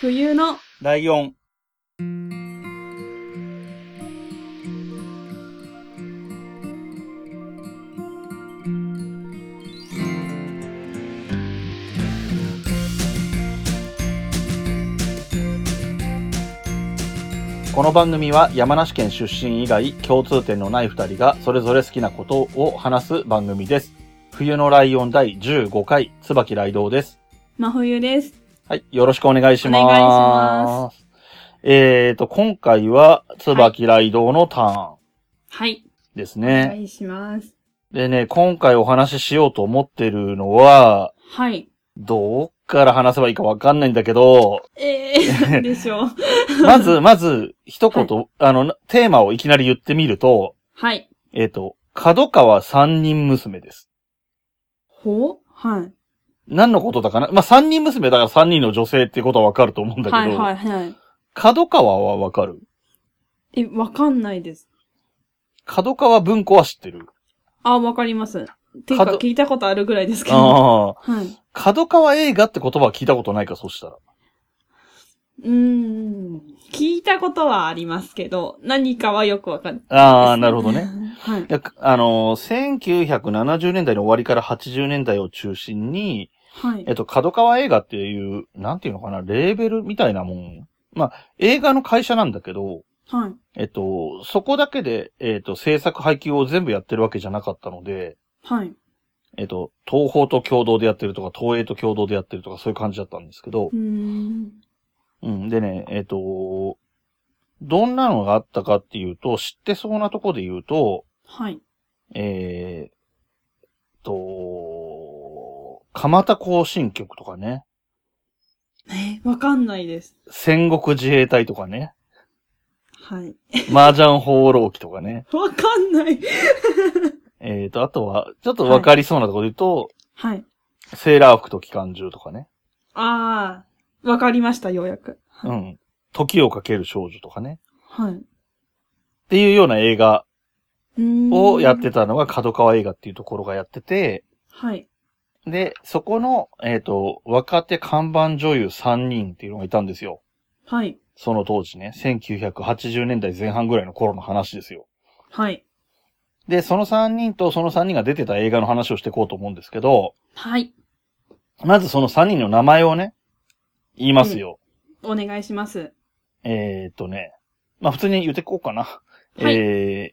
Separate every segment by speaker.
Speaker 1: 冬の
Speaker 2: ライオン。この番組は山梨県出身以外共通点のない二人がそれぞれ好きなことを話す番組です。冬のライオン第15回、椿雷道です。
Speaker 1: 真冬です。
Speaker 2: はい、よろしくお願いします。
Speaker 1: お願いしま
Speaker 2: えーと、今回は、椿雷道のターン
Speaker 1: はい。
Speaker 2: です
Speaker 1: お
Speaker 2: ね、
Speaker 1: 願いします。
Speaker 2: でね、今回お話ししようと思ってるのは、
Speaker 1: はい。
Speaker 2: どっから話せばいいかわかんないんだけ ど、
Speaker 1: えー、 なんでしょう。
Speaker 2: まず、まず、一言、
Speaker 1: は
Speaker 2: あの、テーマをいきなり言ってみると、
Speaker 1: はい。
Speaker 2: えっ、と、角川三人娘です。
Speaker 1: ほはい。
Speaker 2: 何のことだかなまあ、三人娘だから三人の女性ってことはわかると思うんだけど、
Speaker 1: はいはいはい。
Speaker 2: 角川はわかる
Speaker 1: え、わかんないです。
Speaker 2: 角川文庫は知っ てる。
Speaker 1: あ、わかります。てか、
Speaker 2: 角
Speaker 1: 聞いたことあるぐらいですけど。
Speaker 2: ああ。
Speaker 1: はい。
Speaker 2: 角川映画って言葉は聞いたことないか、そしたら。
Speaker 1: うーん。聞いたことはありますけど、何かはよくわかんない。
Speaker 2: ああ、なるほどね。。
Speaker 1: はい。
Speaker 2: いやあのー、1970年代の終わりから80年代を中心に、
Speaker 1: はい
Speaker 2: え。っと、角川映画っていう、なんていうのかな、レーベルみたいなもん。まあ、映画の会社なんだけど、
Speaker 1: はい。
Speaker 2: えっと、そこだけで、えっと、制作配給を全部やってるわけじゃなかったので、
Speaker 1: はい。
Speaker 2: えっと、東宝と共同でやってるとか、東映と共同でやってるとか、そういう感じだったんですけど
Speaker 1: う、ーん。
Speaker 2: うん。でね、えっ、と、どんなのがあったかっていうと、知ってそうなとこで言うと、
Speaker 1: はい。
Speaker 2: えー、と、蒲田行進局とかね、
Speaker 1: え、わかんないです。
Speaker 2: 戦国自衛隊と かね、
Speaker 1: はい。
Speaker 2: 麻雀放浪記とかね、
Speaker 1: わかんない。
Speaker 2: えー、と、あとは、ちょっとわかりそうなとこで言うと、
Speaker 1: はい。
Speaker 2: セーラー服と機関銃とかね、
Speaker 1: ああ、わかりました、ようやく。
Speaker 2: うん。時をかける少女とかね、
Speaker 1: はい。
Speaker 2: っていうような映画
Speaker 1: うーん
Speaker 2: をやってたのが角川映画っていうところがやってて、
Speaker 1: はい。
Speaker 2: で、そこの、えっ、と、若手看板女優3人っていうのがいたんですよ。
Speaker 1: はい。
Speaker 2: その当時ね、1980年代前半ぐらいの頃の話ですよ。
Speaker 1: はい。
Speaker 2: で、その3人とその3人が出てた映画の話をしていこうと思うんですけど、
Speaker 1: はい。
Speaker 2: まずその3人の名前をね、言いますよ。
Speaker 1: お願いします。
Speaker 2: えっ、とね、まあ普通に言ってこうかな。
Speaker 1: はい
Speaker 2: えー、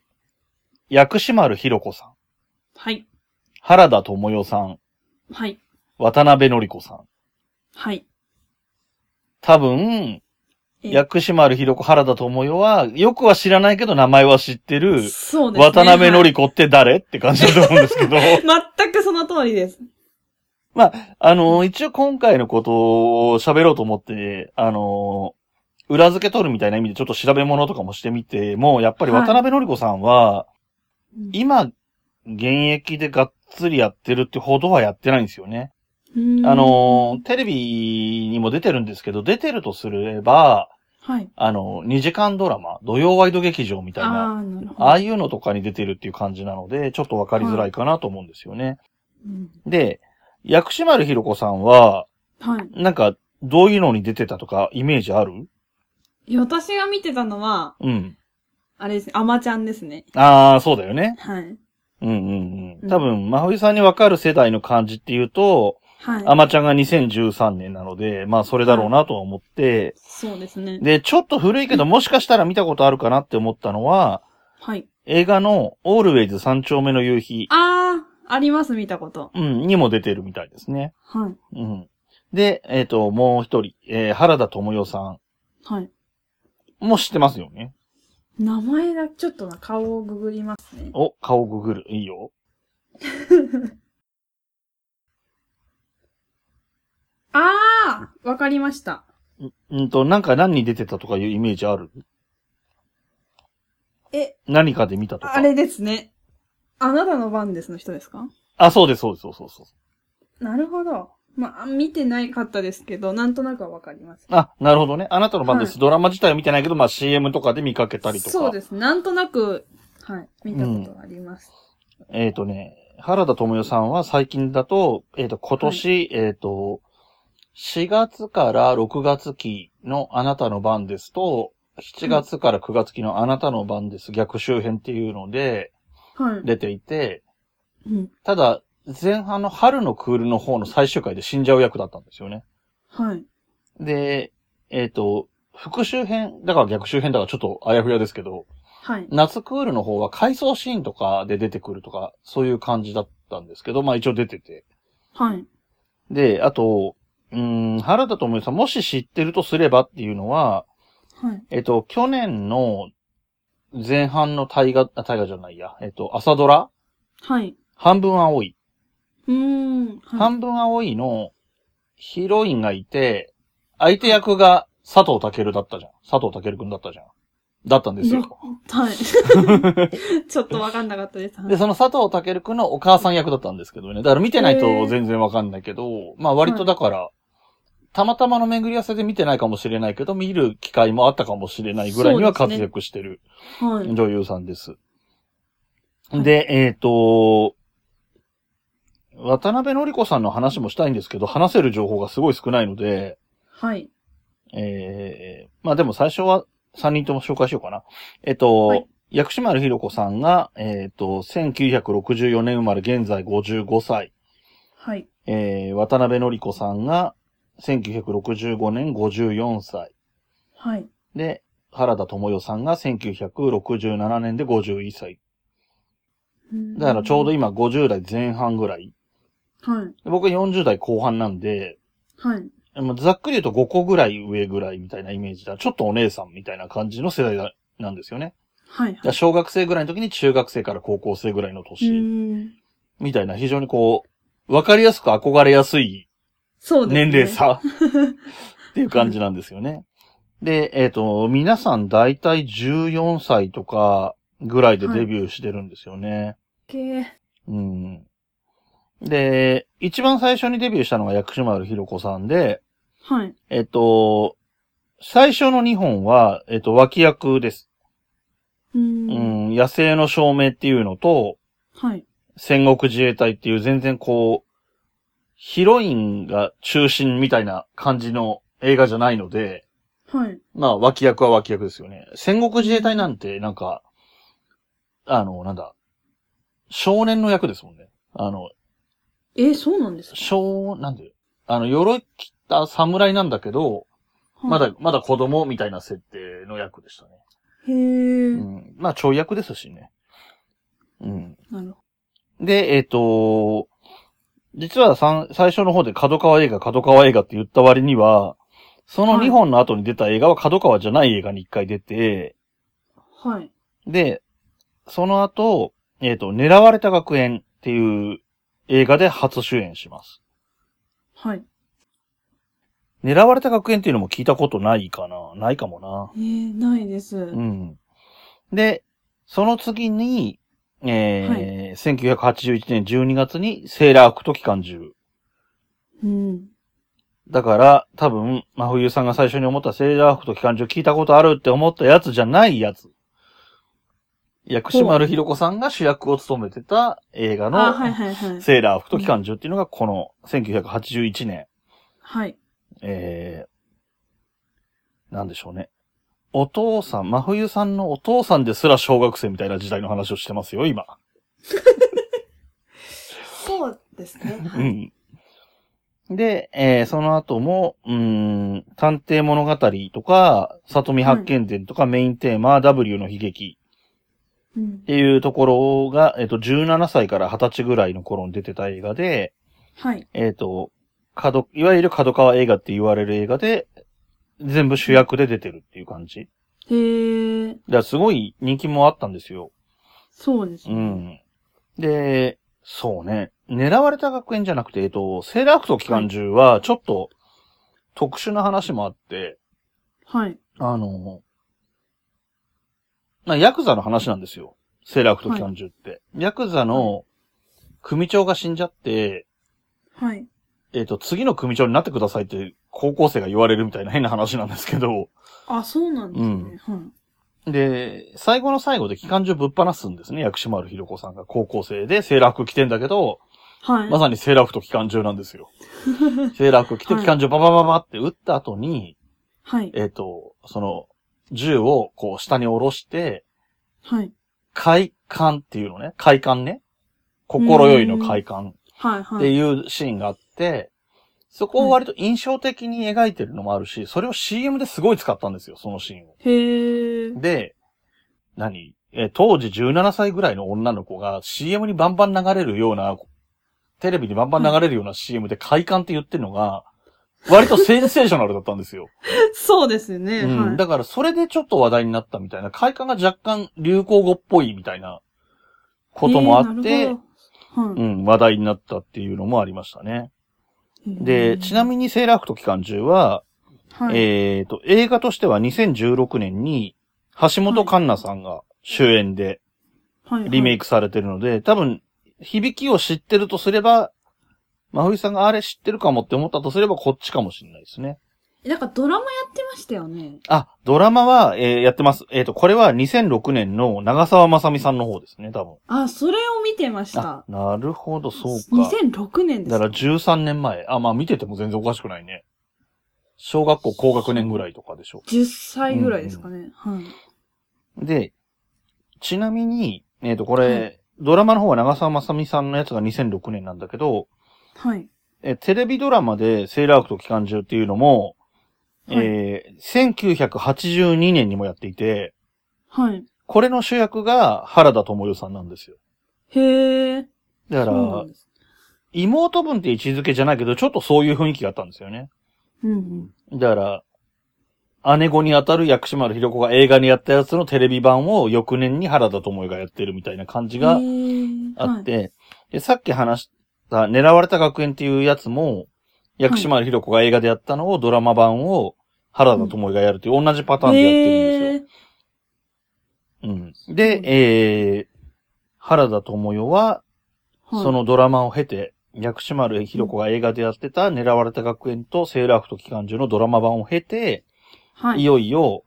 Speaker 2: 薬師丸ひろ子さん、
Speaker 1: はい。
Speaker 2: 原田智代さん、
Speaker 1: はい。
Speaker 2: 渡辺典子さん。
Speaker 1: はい。
Speaker 2: 多分、
Speaker 1: えー
Speaker 2: 薬師丸ひろ子原田智代は、よくは知らないけど名前は知ってる、
Speaker 1: そうですね。
Speaker 2: 渡辺
Speaker 1: はい
Speaker 2: 典子って誰って感じだと思うんです けど、
Speaker 1: 全くその通りです。
Speaker 2: あの、一応今回のことを喋ろうと思って、あの、裏付け取るみたいな意味でちょっと調べ物とかもしてみても、やっぱり
Speaker 1: はい
Speaker 2: 渡辺典子さんは、
Speaker 1: うん
Speaker 2: 今、現役でがっつりやってるってほどはやってないんですよね。
Speaker 1: うーん
Speaker 2: あ、の、テレビにも出てるんですけど、出てるとすれば、
Speaker 1: はい。
Speaker 2: あの、2時間ドラマ、土曜ワイド劇場みたいな、
Speaker 1: ああ、なるほど。
Speaker 2: ああいうのとかに出てるっていう感じなので、ちょっとわかりづらいかなと思うんですよね。
Speaker 1: うん
Speaker 2: で、薬師丸ひろ子さんは、
Speaker 1: はい。
Speaker 2: なんか、どういうのに出てたとか、イメージある
Speaker 1: いや私が見てたのは、
Speaker 2: うん。
Speaker 1: あれですね、アマちゃんですね。
Speaker 2: ああ、そうだよね。
Speaker 1: はい。
Speaker 2: うんうん
Speaker 1: う
Speaker 2: うんん。多分、真冬さんにわかる世代の感じっていうと、
Speaker 1: はい。
Speaker 2: アマちゃんが2013年なので、まあ、それだろうなとは思って、
Speaker 1: そうですね。
Speaker 2: で、ちょっと古いけど、もしかしたら見たことあるかなって思ったのは、
Speaker 1: はい。
Speaker 2: 映画の、オールウェイズ三丁目の夕日、
Speaker 1: ああ、あります、見たこと。
Speaker 2: うん、にも出てるみたいですね。
Speaker 1: はい。
Speaker 2: うん。で、えっ、と、もう一人、えー原田智代さ
Speaker 1: はい。
Speaker 2: んも知ってますよね。
Speaker 1: 名前だ、ちょっとな、顔をググりますね。
Speaker 2: お、顔ググる。いいよ。
Speaker 1: ああわかりました。
Speaker 2: うんと、なんか何に出てたとかいうイメージある
Speaker 1: え、
Speaker 2: 何かで見たとか。
Speaker 1: あれですね。あなたの番ですの人ですか
Speaker 2: あ、そうです、そうです、そうそうそう。
Speaker 1: なるほど。まあ、見てないかったですけど、なんとなくはわかります。
Speaker 2: あ、なるほどね。あなたの番です。
Speaker 1: は
Speaker 2: ドラマ自体は見てないけど、まあ CM とかで見かけたりとか。
Speaker 1: そうです。なんとなく、はい、見たことがあります。
Speaker 2: えっ、とね、原田智代さんは最近だと、えっ、と、今年、えっ、と、 4月から6月期のあなたの番ですと、7月から9月期のあなたの番です逆周編っていうので
Speaker 1: はい。
Speaker 2: 出ていて、
Speaker 1: うん。
Speaker 2: ただ、前半の春のクールの方の最終回で死んじゃう役だったんですよね。
Speaker 1: はい。
Speaker 2: で、えっ、と、復習編、だから逆周編だからちょっとあやふやですけど、
Speaker 1: はい。
Speaker 2: 夏クールの方は回想シーンとかで出てくるとか、そういう感じだったんですけど、まあ一応出てて。
Speaker 1: はい。
Speaker 2: で、あと、うーん、原田智世さん、もし知ってるとすればっていうのは、
Speaker 1: はい。
Speaker 2: えっと、去年の前半の大河、あ大河じゃないや、えっと、朝ドラ
Speaker 1: はい。
Speaker 2: 半分青い。
Speaker 1: うーん。はい。
Speaker 2: 半分青いのヒロインがいて、相手役が佐藤健だったじゃん。佐藤健くんだったじゃん。だったんですよ。
Speaker 1: はい。ちょっとわかんなかったです。
Speaker 2: で、その佐藤健くんのお母さん役だったんですけどね。だから見てな
Speaker 1: へ
Speaker 2: いと
Speaker 1: ー
Speaker 2: 全然わかんないけど、まあ割とだから、たまたまの巡り合わせで見てないかもしれないけど、見る機会もあったかもしれないぐらいには
Speaker 1: そうで
Speaker 2: 活
Speaker 1: すね
Speaker 2: 躍してる
Speaker 1: はい。
Speaker 2: 女優さんです。で
Speaker 1: はい
Speaker 2: えっ、と、渡辺のり子さんの話もしたいんですけど、話せる情報がすごい少ないので、
Speaker 1: はい。
Speaker 2: えーまあでも最初は3人とも紹介しようかな。えっと、
Speaker 1: はい
Speaker 2: 薬師丸ひろ子さんが、えっと、1964年生まれ、現在55歳。
Speaker 1: はい。
Speaker 2: えー渡辺のり子さんが、1965年54歳。
Speaker 1: はい。
Speaker 2: で、原田智代さんが1967年で51歳。だからちょうど
Speaker 1: いい。
Speaker 2: 今50代前半ぐらい。
Speaker 1: はい。
Speaker 2: で僕は40代後半なんで、
Speaker 1: はい。
Speaker 2: まあざっくり言うと5個ぐらい上ぐらいみたいなイメージだ。ちょっとお姉さんみたいな感じの世代だなんですよね。
Speaker 1: はい。
Speaker 2: だから小学生ぐらいの時に中学生から高校生ぐらいの
Speaker 1: う
Speaker 2: 年、
Speaker 1: ーん。
Speaker 2: みたいな非常にこう、わかりやすく憧れやすい
Speaker 1: そうですね。
Speaker 2: 年齢。差っていう感じなんですよね。で、えっ、と、皆さん大体14歳とかぐらいでデビューしてるんですよね。
Speaker 1: 系。
Speaker 2: うん。で、一番最初にデビューしたのが薬師丸ひろ子さんで、
Speaker 1: はい。
Speaker 2: えっ、と、最初の2本は、えっ、と、脇役です。
Speaker 1: うー。
Speaker 2: うんん、野生の証明っていうのと、
Speaker 1: はい。
Speaker 2: 戦国自衛隊っていう全然こう、ヒロインが中心みたいな感じの映画じゃないので、
Speaker 1: はい。
Speaker 2: まあ脇役は脇役ですよね。戦国自衛隊なんてなんか、あの、なんだ、少年の役ですもんね。あの、
Speaker 1: えー、そうなんですか
Speaker 2: 少、なんで、あの、鎧着た侍なんだけど、ま。
Speaker 1: は
Speaker 2: だ、まだ子供みたいな設定の役でしたね。
Speaker 1: いへ
Speaker 2: う
Speaker 1: え。
Speaker 2: ん。まあ、ちょい役ですしね。うん。
Speaker 1: なるほ
Speaker 2: で、えっ、と、実はさん最初の方で角川映画、角川映画って言った割には、その
Speaker 1: はい
Speaker 2: 2本の後に出た映画は角川じゃない映画に1回出て、
Speaker 1: ど。はい。
Speaker 2: で、その後、えっ、と、狙われた学園っていう映画で初主演します。
Speaker 1: はい。
Speaker 2: 狙われた学園っていうのも聞いたことないかなないかもな。
Speaker 1: えー、ないです。
Speaker 2: うん。で、その次に、えー1981年12月にセーラー服と機関銃。
Speaker 1: うん。
Speaker 2: だから、多分、真冬さんが最初に思ったセーラー服と機関銃聞いたことあるって思ったやつじゃないやつ。薬師丸ひろ子さんが主役を務めてた映画
Speaker 1: あ、はい
Speaker 2: の
Speaker 1: はいはい。
Speaker 2: セーラー服と機関銃っていうのがこの1981年、
Speaker 1: はい。
Speaker 2: えー、なんでしょうね。お父さん、真冬さんのお父さんですら小学生みたいな時代の話をしてますよ、今。
Speaker 1: そうですね。
Speaker 2: う
Speaker 1: はい
Speaker 2: ん。で、えーその後も、うーん、探偵物語とか、里見発見伝とか、メインテーマ、W の悲劇
Speaker 1: うん
Speaker 2: っ。ていうところが、えっ、と、17歳から20歳ぐらいの頃に出てた映画で、
Speaker 1: はい。
Speaker 2: えっ、と、角、いわゆる角川映画って言われる映画で、全部主役で出てるっていう感じ。
Speaker 1: へえ。
Speaker 2: だからすごい人気もあったんですよ。
Speaker 1: そうです
Speaker 2: う
Speaker 1: ね。
Speaker 2: ん。で、そうね。狙われた学園じゃなくて、えっと、セーラー服と機関銃は、ちょっと、特殊な話もあって、
Speaker 1: はい。
Speaker 2: あの、まあ、ヤクザの話なんですよ。セーラー服と機関銃って。ヤクザの、組長が死んじゃって、
Speaker 1: はい。
Speaker 2: えっと、次の組長になってくださいって、高校生が言われるみたいな変な話なんですけど、
Speaker 1: あ、そうなんですね。はい。
Speaker 2: で、最後の最後で機関銃ぶっ放すんですね。薬師丸ひろ子さんが高校生でセーラー服着てんだけど、
Speaker 1: はい。
Speaker 2: まさにセーラー服と機関銃なんです よ。セーラー服着て機関銃バババババって撃った後に、
Speaker 1: はい。
Speaker 2: えっ、と、その、銃をこう下に下ろして、
Speaker 1: はい。
Speaker 2: 快感っていうのね、快感ね。心よいの快感
Speaker 1: はい。は
Speaker 2: っ
Speaker 1: い。
Speaker 2: ていうシーンがあって、そこを割と印象的に描いてるのもあるし、それを CM ですごい使ったんですよ、そのシーンを。
Speaker 1: へえ。
Speaker 2: で、何えー、当時17歳ぐらいの女の子が CM にバンバン流れるような、テレビにバンバン流れるような CM で快感って言ってるのが、割とセンセーショナルだった んですよ。
Speaker 1: そうですね。
Speaker 2: うん
Speaker 1: はい。
Speaker 2: だからそれでちょっと話題になったみたいな、快感が若干流行語っぽいみたいなこともあって、
Speaker 1: えーなるほど
Speaker 2: う
Speaker 1: は
Speaker 2: ん、話題になったっていうのもありましたね。
Speaker 1: い。
Speaker 2: で、ちな
Speaker 1: に、
Speaker 2: みにセーラー服と機関銃は、
Speaker 1: はい。
Speaker 2: えっ、と、映画としては2016年に、橋本環奈さんが主演で、
Speaker 1: はいはい
Speaker 2: リメイクされてるので、多分、響きを知ってるとすれば、真冬さんがあれ知ってるかもって思ったとすれば、こっちかもしれないですね。
Speaker 1: なんかドラマやってましたよね。
Speaker 2: あ、ドラマは、えーやってます。えっ、と、これは2006年の長澤まさみさんの方ですね、多分。
Speaker 1: あ、それを見てまし
Speaker 2: あ
Speaker 1: た、。
Speaker 2: なるほど、そうか。
Speaker 1: 2006年です
Speaker 2: だ
Speaker 1: か。
Speaker 2: から13年前。あ、まあ見てても全然おかしくないね。小学校高学年ぐらいとかでしょ
Speaker 1: 10歳ぐらいですかね。はい。
Speaker 2: で、ちなみに、えっ、と、これ、
Speaker 1: は
Speaker 2: ドラマの方は長澤まさみさんのやつが2006年なんだけど、
Speaker 1: はい。
Speaker 2: えー、テレビドラマでセーラー服と機関銃っていうのも、
Speaker 1: はい
Speaker 2: えー、1982年にもやっていて、
Speaker 1: はい。
Speaker 2: これの主役が原田智代さんなんですよ。
Speaker 1: へえ。
Speaker 2: だか
Speaker 1: そうな
Speaker 2: ら
Speaker 1: ん、です。
Speaker 2: 妹分って位置づけじゃないけど、ちょっとそういう雰囲気があったんですよね。
Speaker 1: うんうん。
Speaker 2: だから、姉子にあたる薬師丸ひろ子が映画にやったやつのテレビ版を翌年に原田智代がやってるみたいな感じ
Speaker 1: へ
Speaker 2: が
Speaker 1: ー
Speaker 2: あっ
Speaker 1: はい。
Speaker 2: て、で、さっき話した狙われた学園っていうやつも、薬師丸ひろ子が映画でやったのをドラマ版を原田智恵がやるっていう同じパターンでやってるん
Speaker 1: へ
Speaker 2: で
Speaker 1: ー
Speaker 2: すよ。うん、で、えー、原田智代は、
Speaker 1: はい
Speaker 2: そのドラマを経て、薬師丸ひろ子が映画でやってた狙われた学園とセーラー服と機関銃のドラマ版を経て、、
Speaker 1: はいい。
Speaker 2: よいよ、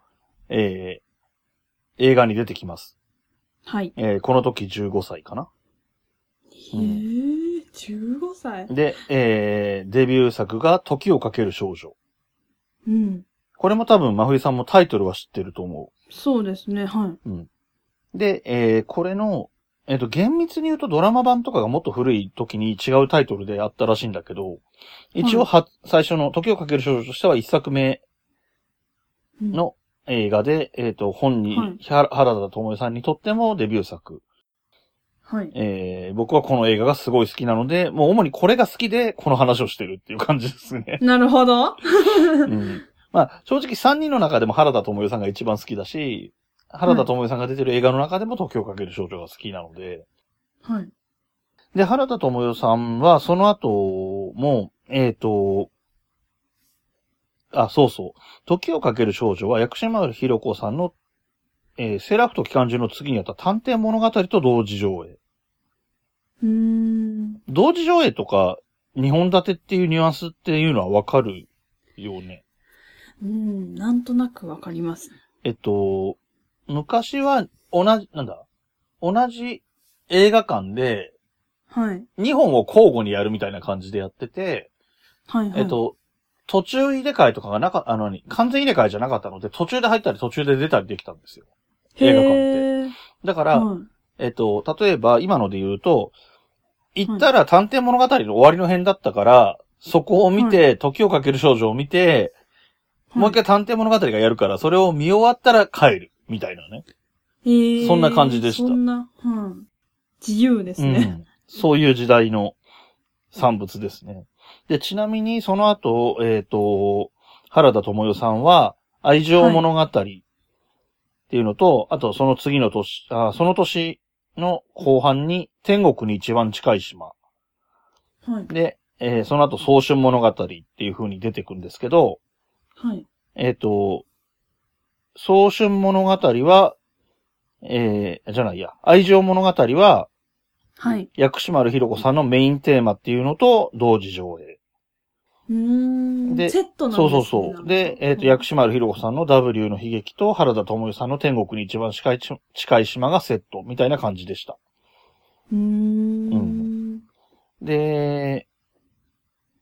Speaker 2: えー、映画に出てきます。
Speaker 1: はい。
Speaker 2: えー、この時15歳かな。
Speaker 1: へえ、15歳。
Speaker 2: で、えー、デビュー作が時をかける少女。
Speaker 1: うん。
Speaker 2: これも多分、真冬さんもタイトルは知ってると思
Speaker 1: そうですね。は
Speaker 2: う。で、えー、これの、えっ、と、厳密に言うとドラマ版とかがもっと古い時に違うタイトルであったらしいんだけど、一応は、最初の時をかける少女としては一作目
Speaker 1: い。うん。
Speaker 2: の映画で、えっ、と、本に、
Speaker 1: はい
Speaker 2: は原田智世さんにとってもデビュー作。
Speaker 1: はい。
Speaker 2: えー、僕はこの映画がすごい好きなので、もう主にこれが好きで、この話をしてるっていう感じですね。
Speaker 1: なるほど。
Speaker 2: うん まあ、正直3人の中でも原田智代さんが一番好きだし、原田智代さんが出てる映画の中でも時をかける少女が好きなので、
Speaker 1: はい。
Speaker 2: で、原田智代さんはその後も、えっ、と、あ、そうそう。時をかける少女は薬師丸ひろ子さんの、えーセーラフと機関銃の次にあった探偵物語と同時上映。
Speaker 1: うーん。
Speaker 2: 同時上映とか、二本立てっていうニュアンスっていうのはわかるよね。
Speaker 1: うん。なんとなくわかります。
Speaker 2: えっと、昔は同じ、なんだ、同じ映画館で
Speaker 1: はい。
Speaker 2: 2本を交互にやるみたいな感じでやってて、
Speaker 1: はい。はい。
Speaker 2: えっ。と、途中入れ替えとかがなか、あの、何完全入れ替えじゃなかったので、途中で入ったり途中で出たりできたんですよ。映画館
Speaker 1: へえ。
Speaker 2: だから、
Speaker 1: は
Speaker 2: えっと、例えば今ので言うと、行ったら探偵物語の終わりの辺だったから、そこを見て、時をかける少女を見て、
Speaker 1: い。
Speaker 2: もう一回探偵物語がやるから、それを見終わったら帰る、みたいなね。
Speaker 1: 回
Speaker 2: そんな感じでした
Speaker 1: そんな、うん。自由です
Speaker 2: う
Speaker 1: ね。
Speaker 2: ん。そういう時代の産物ですね。で、ちなみにその後、えっ、と、原田智代さんは、愛情物語っていうのと、あとその次の年あ、その年の後半に、天国に一番近い島。
Speaker 1: はい。
Speaker 2: で、えーその後、早春物語っていう風に出てくんですけど、
Speaker 1: はい。
Speaker 2: えっ、と、早春物語は、えーじゃないや、愛情物語は、
Speaker 1: はい。
Speaker 2: 薬師丸ひろ子さんのメインテーマっていうのと同時上映。
Speaker 1: うーん。
Speaker 2: で
Speaker 1: セットなんです
Speaker 2: そ
Speaker 1: ね
Speaker 2: うそうそう。で、えっ、と、薬師丸ひろ子さんの W の悲劇と原田智世さんの天国に一番近いち近い島がセットみたいな感じでした。
Speaker 1: うーん。
Speaker 2: うで、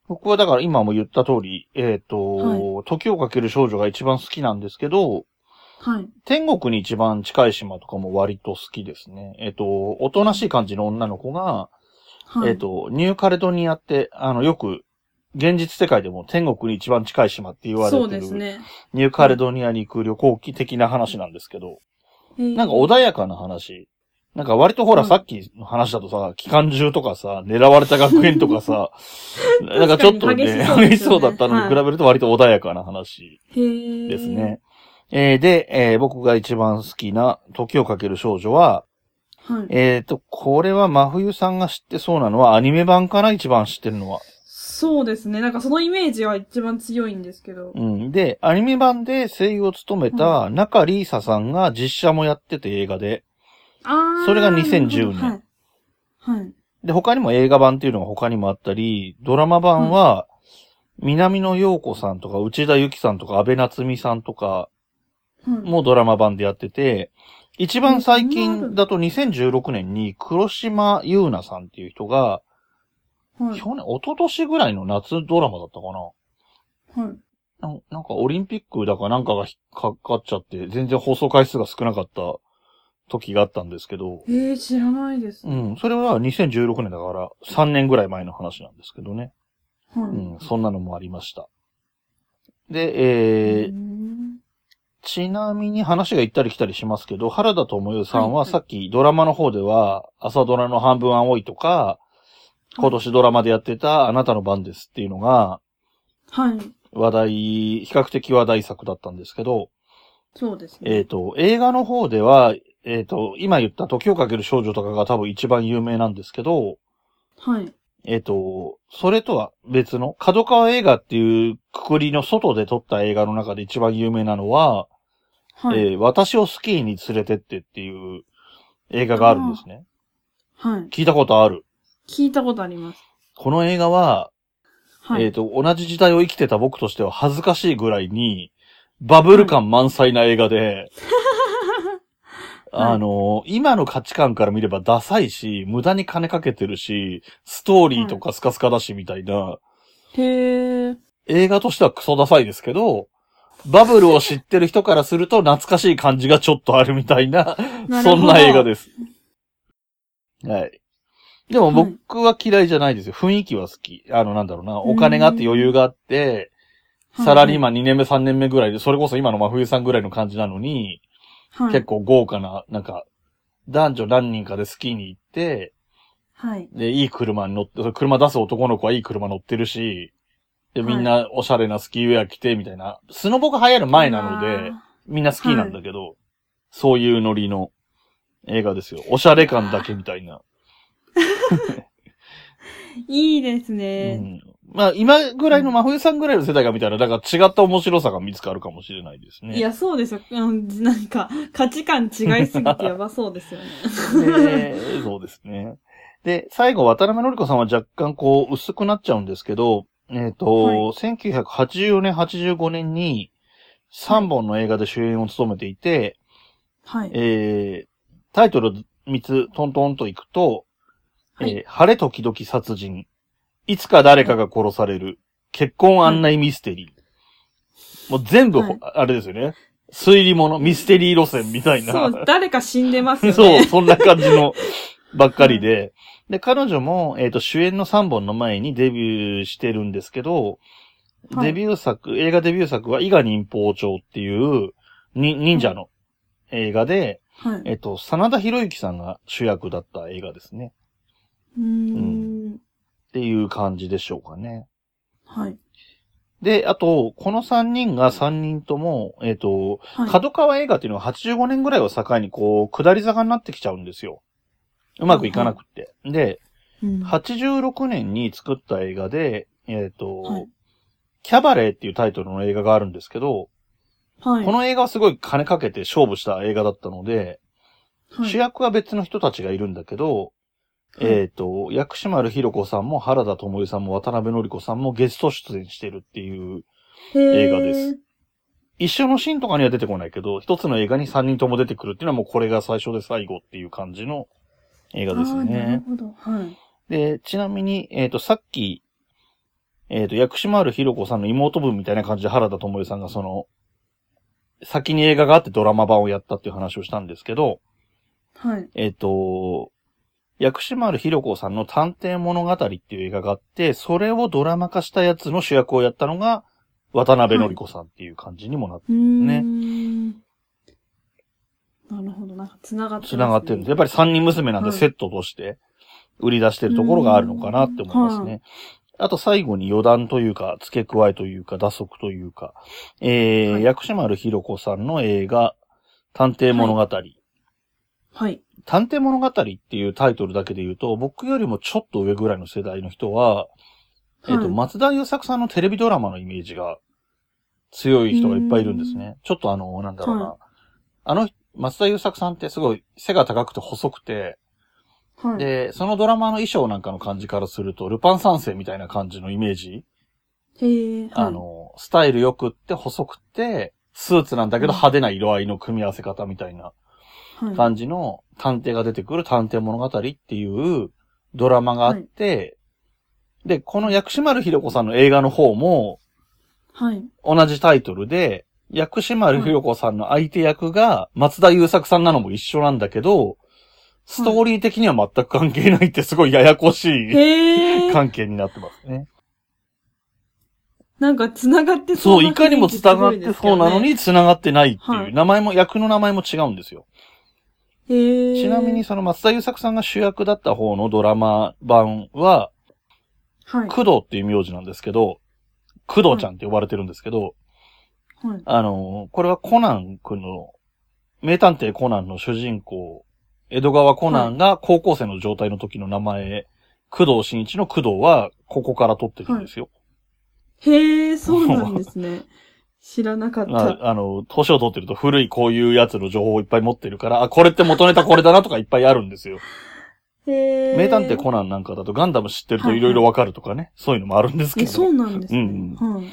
Speaker 2: 僕はだから今も言った通り、えっ、と、
Speaker 1: は
Speaker 2: 時をかける少女が一番好きなんですけど、
Speaker 1: はい。
Speaker 2: 天国に一番近い島とかも割と好きですね。えっ、と、おとなしい感じの女の子が、
Speaker 1: はい。
Speaker 2: えっ、と、ニューカレドニアって、あの、よく、現実世界でも天国に一番近い島って言われて
Speaker 1: そう
Speaker 2: る、
Speaker 1: ですね。
Speaker 2: ニューカレドニアに行く旅行記的な話なんですけど、な
Speaker 1: なん
Speaker 2: か穏
Speaker 1: や、
Speaker 2: やかな話。なんか割とほら、
Speaker 1: うん
Speaker 2: さっきの話だとさ、機関銃とかさ、狙われた学園と かさ、なんかちょっとね、
Speaker 1: 確かに
Speaker 2: 激
Speaker 1: 激
Speaker 2: し
Speaker 1: し
Speaker 2: そ
Speaker 1: そううですよね
Speaker 2: だったのに
Speaker 1: はい
Speaker 2: 比べると割と穏やかな話
Speaker 1: へー
Speaker 2: です。ね。えーで、えー僕が一番好きな時をかける少女は、
Speaker 1: はい。
Speaker 2: えっ、と、これは真冬さんが知ってそうなのはアニメ版かな一番知ってるのは。
Speaker 1: そうですね。なんかそのイメージは一番強いんですけど。
Speaker 2: うん。で、アニメ版で声優を務めた中里依紗さんが実写もやってて映画で。
Speaker 1: あー
Speaker 2: それが
Speaker 1: なる
Speaker 2: 2010
Speaker 1: ほどはい。はい。
Speaker 2: で、他にも映画版っていうのが他にもあったり、ドラマ版は、南野陽子さんとか、内田有紀さんとか、安倍夏美さんとか、
Speaker 1: はい、
Speaker 2: もドラマ版でやってて、一番最近だと2016年に黒島優奈さんっていう人が、
Speaker 1: はい。
Speaker 2: 去年、一昨年ぐらいの夏ドラマだったか
Speaker 1: はい。
Speaker 2: ななんなんかオリンピックだかなんかが引っかかっちゃって、全然放送回数が少なかった時があったんですけど、
Speaker 1: えー、知らないです。
Speaker 2: う
Speaker 1: はい。
Speaker 2: ん、それは2016年だから3年ぐらい前の話なんですけどね。うん、そんなのもありました。で、えー
Speaker 1: うん
Speaker 2: ちなみに話が行ったり来たりしますけど、原田智代さん
Speaker 1: は
Speaker 2: はい
Speaker 1: はい
Speaker 2: さっきドラマの方では、朝ドラの半分青いとか、今年ドラマでやってたあなたの番ですっていうのが、
Speaker 1: はい。
Speaker 2: 話題、比較的話題作だったんですけど、
Speaker 1: そうですね。
Speaker 2: えっ、と、映画の方では、えっ、と、今言った時をかける少女とかが多分一番有名なんですけど、
Speaker 1: はい。
Speaker 2: えっ、と、それとは別の、角川映画っていうくくりの外で撮った映画の中で一番有名なのは、
Speaker 1: はい。
Speaker 2: えー私をスキーに連れてってっていう映画があるんですね。
Speaker 1: はい。
Speaker 2: 聞いたことある。
Speaker 1: 聞いたことあります。
Speaker 2: この映画は、
Speaker 1: はい。
Speaker 2: えっ、と、同じ時代を生きてた僕としては恥ずかしいぐらいに、バブル感満載な映画で、
Speaker 1: はい
Speaker 2: あの、今の価値観から見ればダサいし、無駄に金かけてるし、ストーリーとかスカスカだしみたいな、
Speaker 1: へー。
Speaker 2: 映画としてはクソダサいですけど、バブルを知ってる人からすると懐かしい感じがちょっとあるみたいな、
Speaker 1: なる
Speaker 2: そ
Speaker 1: ほど
Speaker 2: んな映画です。はい。でも
Speaker 1: はい
Speaker 2: 僕は嫌いじゃないですよ。雰囲気は好き。あの、なんだろうな。お金があって余裕があって、サラリーマン2年目3年目ぐらいで、それこそ今の真冬さんぐらいの感じなのに、
Speaker 1: ン
Speaker 2: 結構豪華な、なんか、男女何人かでスキーに行って、
Speaker 1: はい。
Speaker 2: で、いい車に乗って、それ車出す男の子はいい車乗ってるし、で、みんなおしゃれなスキーウェア着て、みたいな。スノボが流行る前なので、みんなスキーなんだけど、そういうノリの映画ですよ。おしゃれ感だけみたいな。
Speaker 1: で。いいです
Speaker 2: う
Speaker 1: ね。
Speaker 2: ん、まあ、今ぐらいの真冬さんぐらいの世代が見たら、だから違った面白さが見つかるかもしれないですね。
Speaker 1: いや、そうですよ。うんなんか、価値観違いすぎてやばそうですよ ね。
Speaker 2: でそうですね。で、最後、渡辺典子さんは若干こう、薄くなっちゃうんですけど、えっ、と、
Speaker 1: はい
Speaker 2: 1984年、85年に、3本の映画で主演を務めていて、
Speaker 1: はい。
Speaker 2: えー、タイトル3つトントンといくと、
Speaker 1: はい
Speaker 2: えー晴れ時々殺人、いつか誰かが殺される、結婚案内ミステリー。もう全部ほ、
Speaker 1: はい
Speaker 2: あれですよね。推理物、ミステリー路線みたいな。
Speaker 1: そう、誰か死んでますよね。
Speaker 2: そう、そんな感じのばっかりで。で、彼女も、えっ、と、主演の3本の前にデビューしてるんですけど、
Speaker 1: はい
Speaker 2: デビュー作、映画デビュー作は、伊賀忍法帳っていう、に、忍者の映画で、
Speaker 1: はい。
Speaker 2: えっ、と、真田広之さんが主役だった映画ですね。
Speaker 1: うーん。
Speaker 2: っていう感じでしょうかね。
Speaker 1: はい。
Speaker 2: で、あと、この3人が3人とも、えっ、と、
Speaker 1: はい。
Speaker 2: 角川映画っていうのは85年ぐらいを境にこう、下り坂になってきちゃうんですよ。うまくいかなくって。で、
Speaker 1: うん
Speaker 2: 86年に作った映画で、えっ、と、
Speaker 1: はい
Speaker 2: キャバレーっていうタイトルの映画があるんですけど、
Speaker 1: はい。
Speaker 2: この映画はすごい金かけて勝負した映画だったので、
Speaker 1: はい
Speaker 2: 主役は別の人たちがいるんだけど、
Speaker 1: はい
Speaker 2: えっ、と、薬師丸ひろ子さんも原田智世さんも渡辺典子さんもゲスト出演してるっていう、映画で。
Speaker 1: へー
Speaker 2: す一緒のシーンとかには出てこないけど、一つの映画に3人とも出てくるっていうのはもうこれが最初で最後っていう感じの映
Speaker 1: あ
Speaker 2: 画です
Speaker 1: ーなる
Speaker 2: ね。
Speaker 1: ほど。はい。
Speaker 2: で、ちなみに、えっ、と、さっき、えっ、と、薬師丸ひろ子さんの妹分みたいな感じで原田智世さんがその、先に映画があってドラマ版をやったっていう話をしたんですけど、
Speaker 1: はい。
Speaker 2: えっ、と、薬師丸ひろ子さんの探偵物語っていう映画があって、それをドラマ化したやつの主役をやったのが、渡辺典子さんっていう感じにもなって、
Speaker 1: うーん。なるほど。なんか繋がってますね
Speaker 2: 繋がってるんです。やっぱり三人娘なんで
Speaker 1: はい
Speaker 2: セットとして売り出してるところがあるのかなって思います
Speaker 1: うんは
Speaker 2: ね。あと最後に余談というか、付け加えというか、打足というか、えー、
Speaker 1: はい
Speaker 2: 薬師丸ひろ子さんの映画、探偵物語。
Speaker 1: はい。
Speaker 2: 探偵物語っていうタイトルだけで言うと、僕よりもちょっと上ぐらいの世代の人は、えっ、と、
Speaker 1: はい
Speaker 2: 松田優作さんのテレビドラマのイメージが強い人がいっぱいいるんですね。ちょっとあの、なんだろうな。
Speaker 1: は
Speaker 2: あの、松田優作さんってすごい背が高くて細くて、
Speaker 1: はい。
Speaker 2: で、そのドラマの衣装なんかの感じからすると、ルパン三世みたいな感じのイメージ。
Speaker 1: へえ。
Speaker 2: あ
Speaker 1: はい、
Speaker 2: の、スタイル良くって細くて、スーツなんだけど派手な色合いの組み合わせ方みたいな
Speaker 1: はい、
Speaker 2: 感じの探偵が出てくる探偵物語っていうドラマがあって、で、この薬師丸ひろ子さんの映画の方も
Speaker 1: はい。
Speaker 2: 同じタイトルで、薬師丸ひろ子さんの相手役が松田優作さんなのも一緒なんだけど、ストーリー的には全く関係ないってすごいややこしい
Speaker 1: へえ。
Speaker 2: 関係になってますね。
Speaker 1: なんか繋がって
Speaker 2: そう、
Speaker 1: ない
Speaker 2: かにも繋がってそうなのに繋がってないって、
Speaker 1: はいいう
Speaker 2: 名前も、役の名前も違うんですよ。
Speaker 1: へえ。
Speaker 2: ちなみに、その松田優作さんが主役だった方のドラマ版は、
Speaker 1: はい。
Speaker 2: 工藤っていう名字なんですけど、工藤ちゃんって呼ばれてるんですけど、
Speaker 1: はい。
Speaker 2: あの、これはコナン君の、名探偵コナンの主人公、江戸川コナンが高校生の状態の時の名前、工藤新一の工藤はここから取ってるんですよ。
Speaker 1: へえ、そうなんです ね。知らなかった。
Speaker 2: ああの、年を取ってると古いこういうやつの情報をいっぱい持ってるから、あ、これって元ネタこれだなとかいっぱいあるんですよ。
Speaker 1: へえ。
Speaker 2: 名探偵コナンなんかだとガンダム知ってるといろいろわかるとかね、そういうのもあるんですけ
Speaker 1: え、
Speaker 2: ど。
Speaker 1: そうなんですね。
Speaker 2: うん
Speaker 1: はい。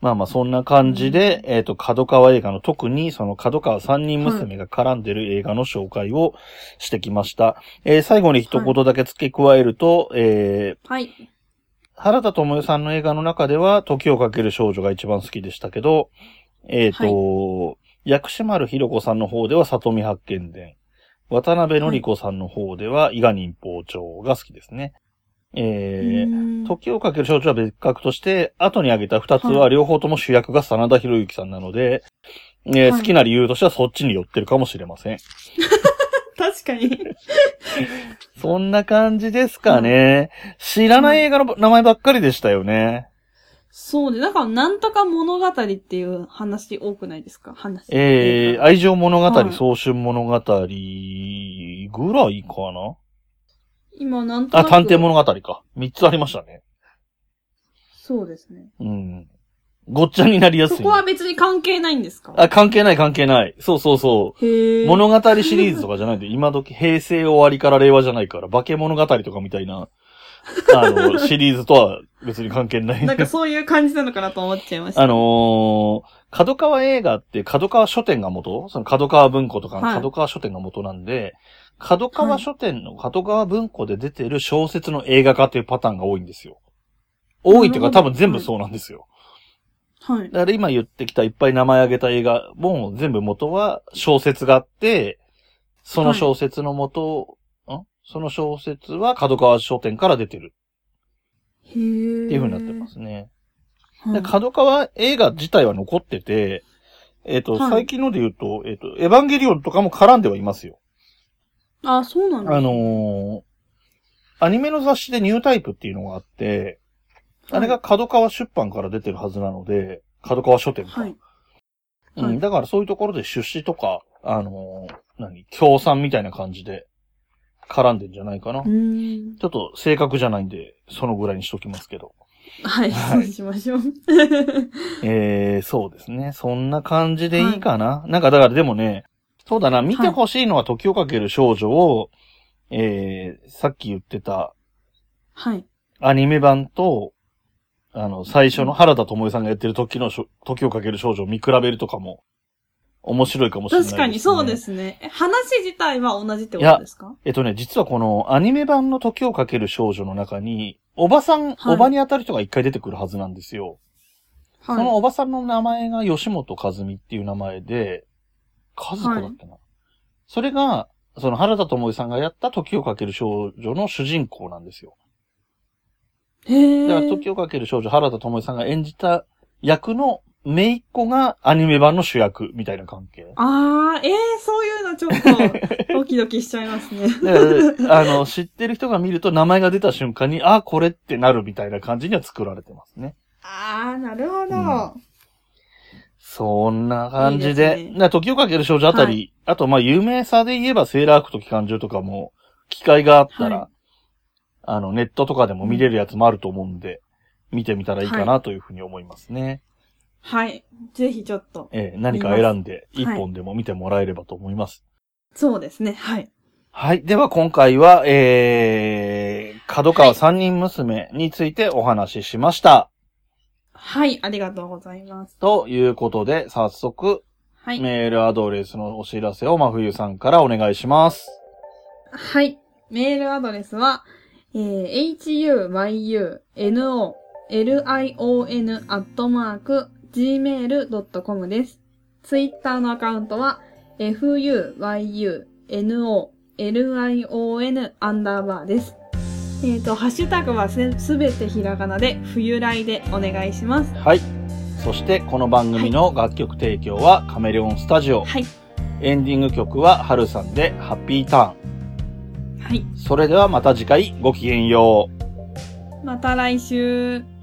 Speaker 2: まあまあそんな感じで、えっ、と、角川映画の特にその角川三人娘が絡んでる映画の紹介をしてきました。えー最後に一言だけ付け加えると、えー
Speaker 1: はい。
Speaker 2: 原田智世さんの映画の中では時をかける少女が一番好きでしたけど、えっ、と、薬師丸ひろ子さんの方では里見八犬伝、渡辺典子さんの方では伊賀忍法帳が好きですね。えー
Speaker 1: うん
Speaker 2: 時をかける少女は別格として、後に挙げた二つは両方とも主役が真田広之さんなので、えー
Speaker 1: はい
Speaker 2: 好きな理由としてはそっちに寄ってるかもしれません。
Speaker 1: 確か に。
Speaker 2: そんな感じですかね。知らない映画の名前ばっかりでしたよね。
Speaker 1: そうで、だから、なんとか物語っていう話多くないですか話。
Speaker 2: えー、
Speaker 1: あ
Speaker 2: 愛情物語、
Speaker 1: はい
Speaker 2: 早春物語ぐらいかな
Speaker 1: 今、なんとな
Speaker 2: あ、
Speaker 1: く。
Speaker 2: 探偵物語か。三つありましたね。
Speaker 1: そうですね。
Speaker 2: うん。ごっちゃになりやすい。
Speaker 1: そこは別に関係ないんですか
Speaker 2: あ、関係ない関係ない。そうそうそう。
Speaker 1: へえ。
Speaker 2: 物語シリーズとかじゃないんで、 今時、平成終わりから令和じゃないから、化け物語とかみたいな、あの、シリーズとは別に関係 ない。
Speaker 1: なんかそういう感じなのかなと思っちゃいました。
Speaker 2: あのー、角川映画って角川書店が元その角川文庫とかの
Speaker 1: はい
Speaker 2: 角川書店が元なんで、角川書店の角川文庫で出てる小説の映画化というパターンが多いんですよ。多いっていうか
Speaker 1: なるほ
Speaker 2: 多
Speaker 1: ど
Speaker 2: 分全部そうなんですよ。
Speaker 1: はい。
Speaker 2: だから今言ってきたいっぱい名前挙げた映画も全部元は小説があって、その小説の元、んその小説は角川書店から出てる
Speaker 1: へえ。
Speaker 2: っていう風になってますね。
Speaker 1: はい。
Speaker 2: で角川映画自体は残ってて、えっ、と、
Speaker 1: はい
Speaker 2: 最近ので言うと、えっ、と、エヴァンゲリオンとかも絡んではいますよ。
Speaker 1: あ、そうなんです
Speaker 2: あのーアニメの雑誌でニュータイプっていうのがあって、あれが角川出版から出てるはずなので、角川書店か。
Speaker 1: はい。
Speaker 2: う
Speaker 1: は
Speaker 2: ん、
Speaker 1: い
Speaker 2: だからそういうところで出資とか、あのー何、協賛みたいな感じで絡んでんじゃないかな。
Speaker 1: うーん。
Speaker 2: ちょっと正確じゃないんで、そのぐらいにしときますけど。
Speaker 1: はい、
Speaker 2: は
Speaker 1: そ
Speaker 2: いう
Speaker 1: しましょう。
Speaker 2: えー、そうですね。そんな感じでいいかな。なんかだからでもね、そうだな、見てほしいのは時をかける少女を、えー、さっき言ってた
Speaker 1: はい。
Speaker 2: アニメ版と、あの、最初の原田智世さんがやってる時のしょ時をかける少女を見比べるとかも、面白いかもしれない、。
Speaker 1: 確かにそうですすね。え話自体は同じってことですか
Speaker 2: えっとね、実はこのアニメ版の時をかける少女の中に、おばさん、
Speaker 1: はい
Speaker 2: おばに当たる人が一回出てくるはずなんですよ。
Speaker 1: は
Speaker 2: そ
Speaker 1: い。
Speaker 2: のおばさんの名前が吉本和美っていう名前で、和子だったな。それが、その原田智恵さんがやった時をかける少女の主人公なんですよ。
Speaker 1: へえ。
Speaker 2: だから時をかける少女原田智恵さんが演じた役の姪っ子がアニメ版の主役みたいな関係。
Speaker 1: あー、えー、そういうのちょっと、ドキドキしちゃいますね。
Speaker 2: だ から、あの、知ってる人が見ると名前が出た瞬間に、あ、これってなるみたいな感じには作られてますね。
Speaker 1: あー、なるほど。
Speaker 2: うんそんな感
Speaker 1: い
Speaker 2: じ
Speaker 1: い
Speaker 2: で。
Speaker 1: ですね
Speaker 2: な時をかける少女あたり、
Speaker 1: は
Speaker 2: あと、まあ、有名さで言えば、セーラー服と機関銃とかも、機会があったら、
Speaker 1: は
Speaker 2: あの、ネットとかでも見れるやつもあると思うんで、見てみたらいいかなというふうに思いますね。
Speaker 1: はい。ぜひちょっと。
Speaker 2: ええ何か選んで、
Speaker 1: 見
Speaker 2: 一
Speaker 1: ます
Speaker 2: 本でも見てもらえればと思います。
Speaker 1: そうですね。はい。
Speaker 2: はい。では今回は、えー、角川三人娘についてお話ししました。
Speaker 1: はい、ありがとうございます。
Speaker 2: ということで、早速、
Speaker 1: はい。
Speaker 2: メールアドレスのお知らせを真冬さんからお願いします。
Speaker 1: はい。メールアドレスは、えー、huyuno,lion アットマーク gmail.com です。ツイッターのアカウントは、fuyuno,lion アンダーバーです。えっ、と、ハッシュタグはすすべてひらがなで、冬来でお願いします。
Speaker 2: はい。そして、この番組の楽曲提供はカメレオンスタジオ。
Speaker 1: はい。
Speaker 2: エンディング曲はハルさんでハッピーター
Speaker 1: はい。
Speaker 2: ン。それではまた次回ごきげんよう。
Speaker 1: また来週。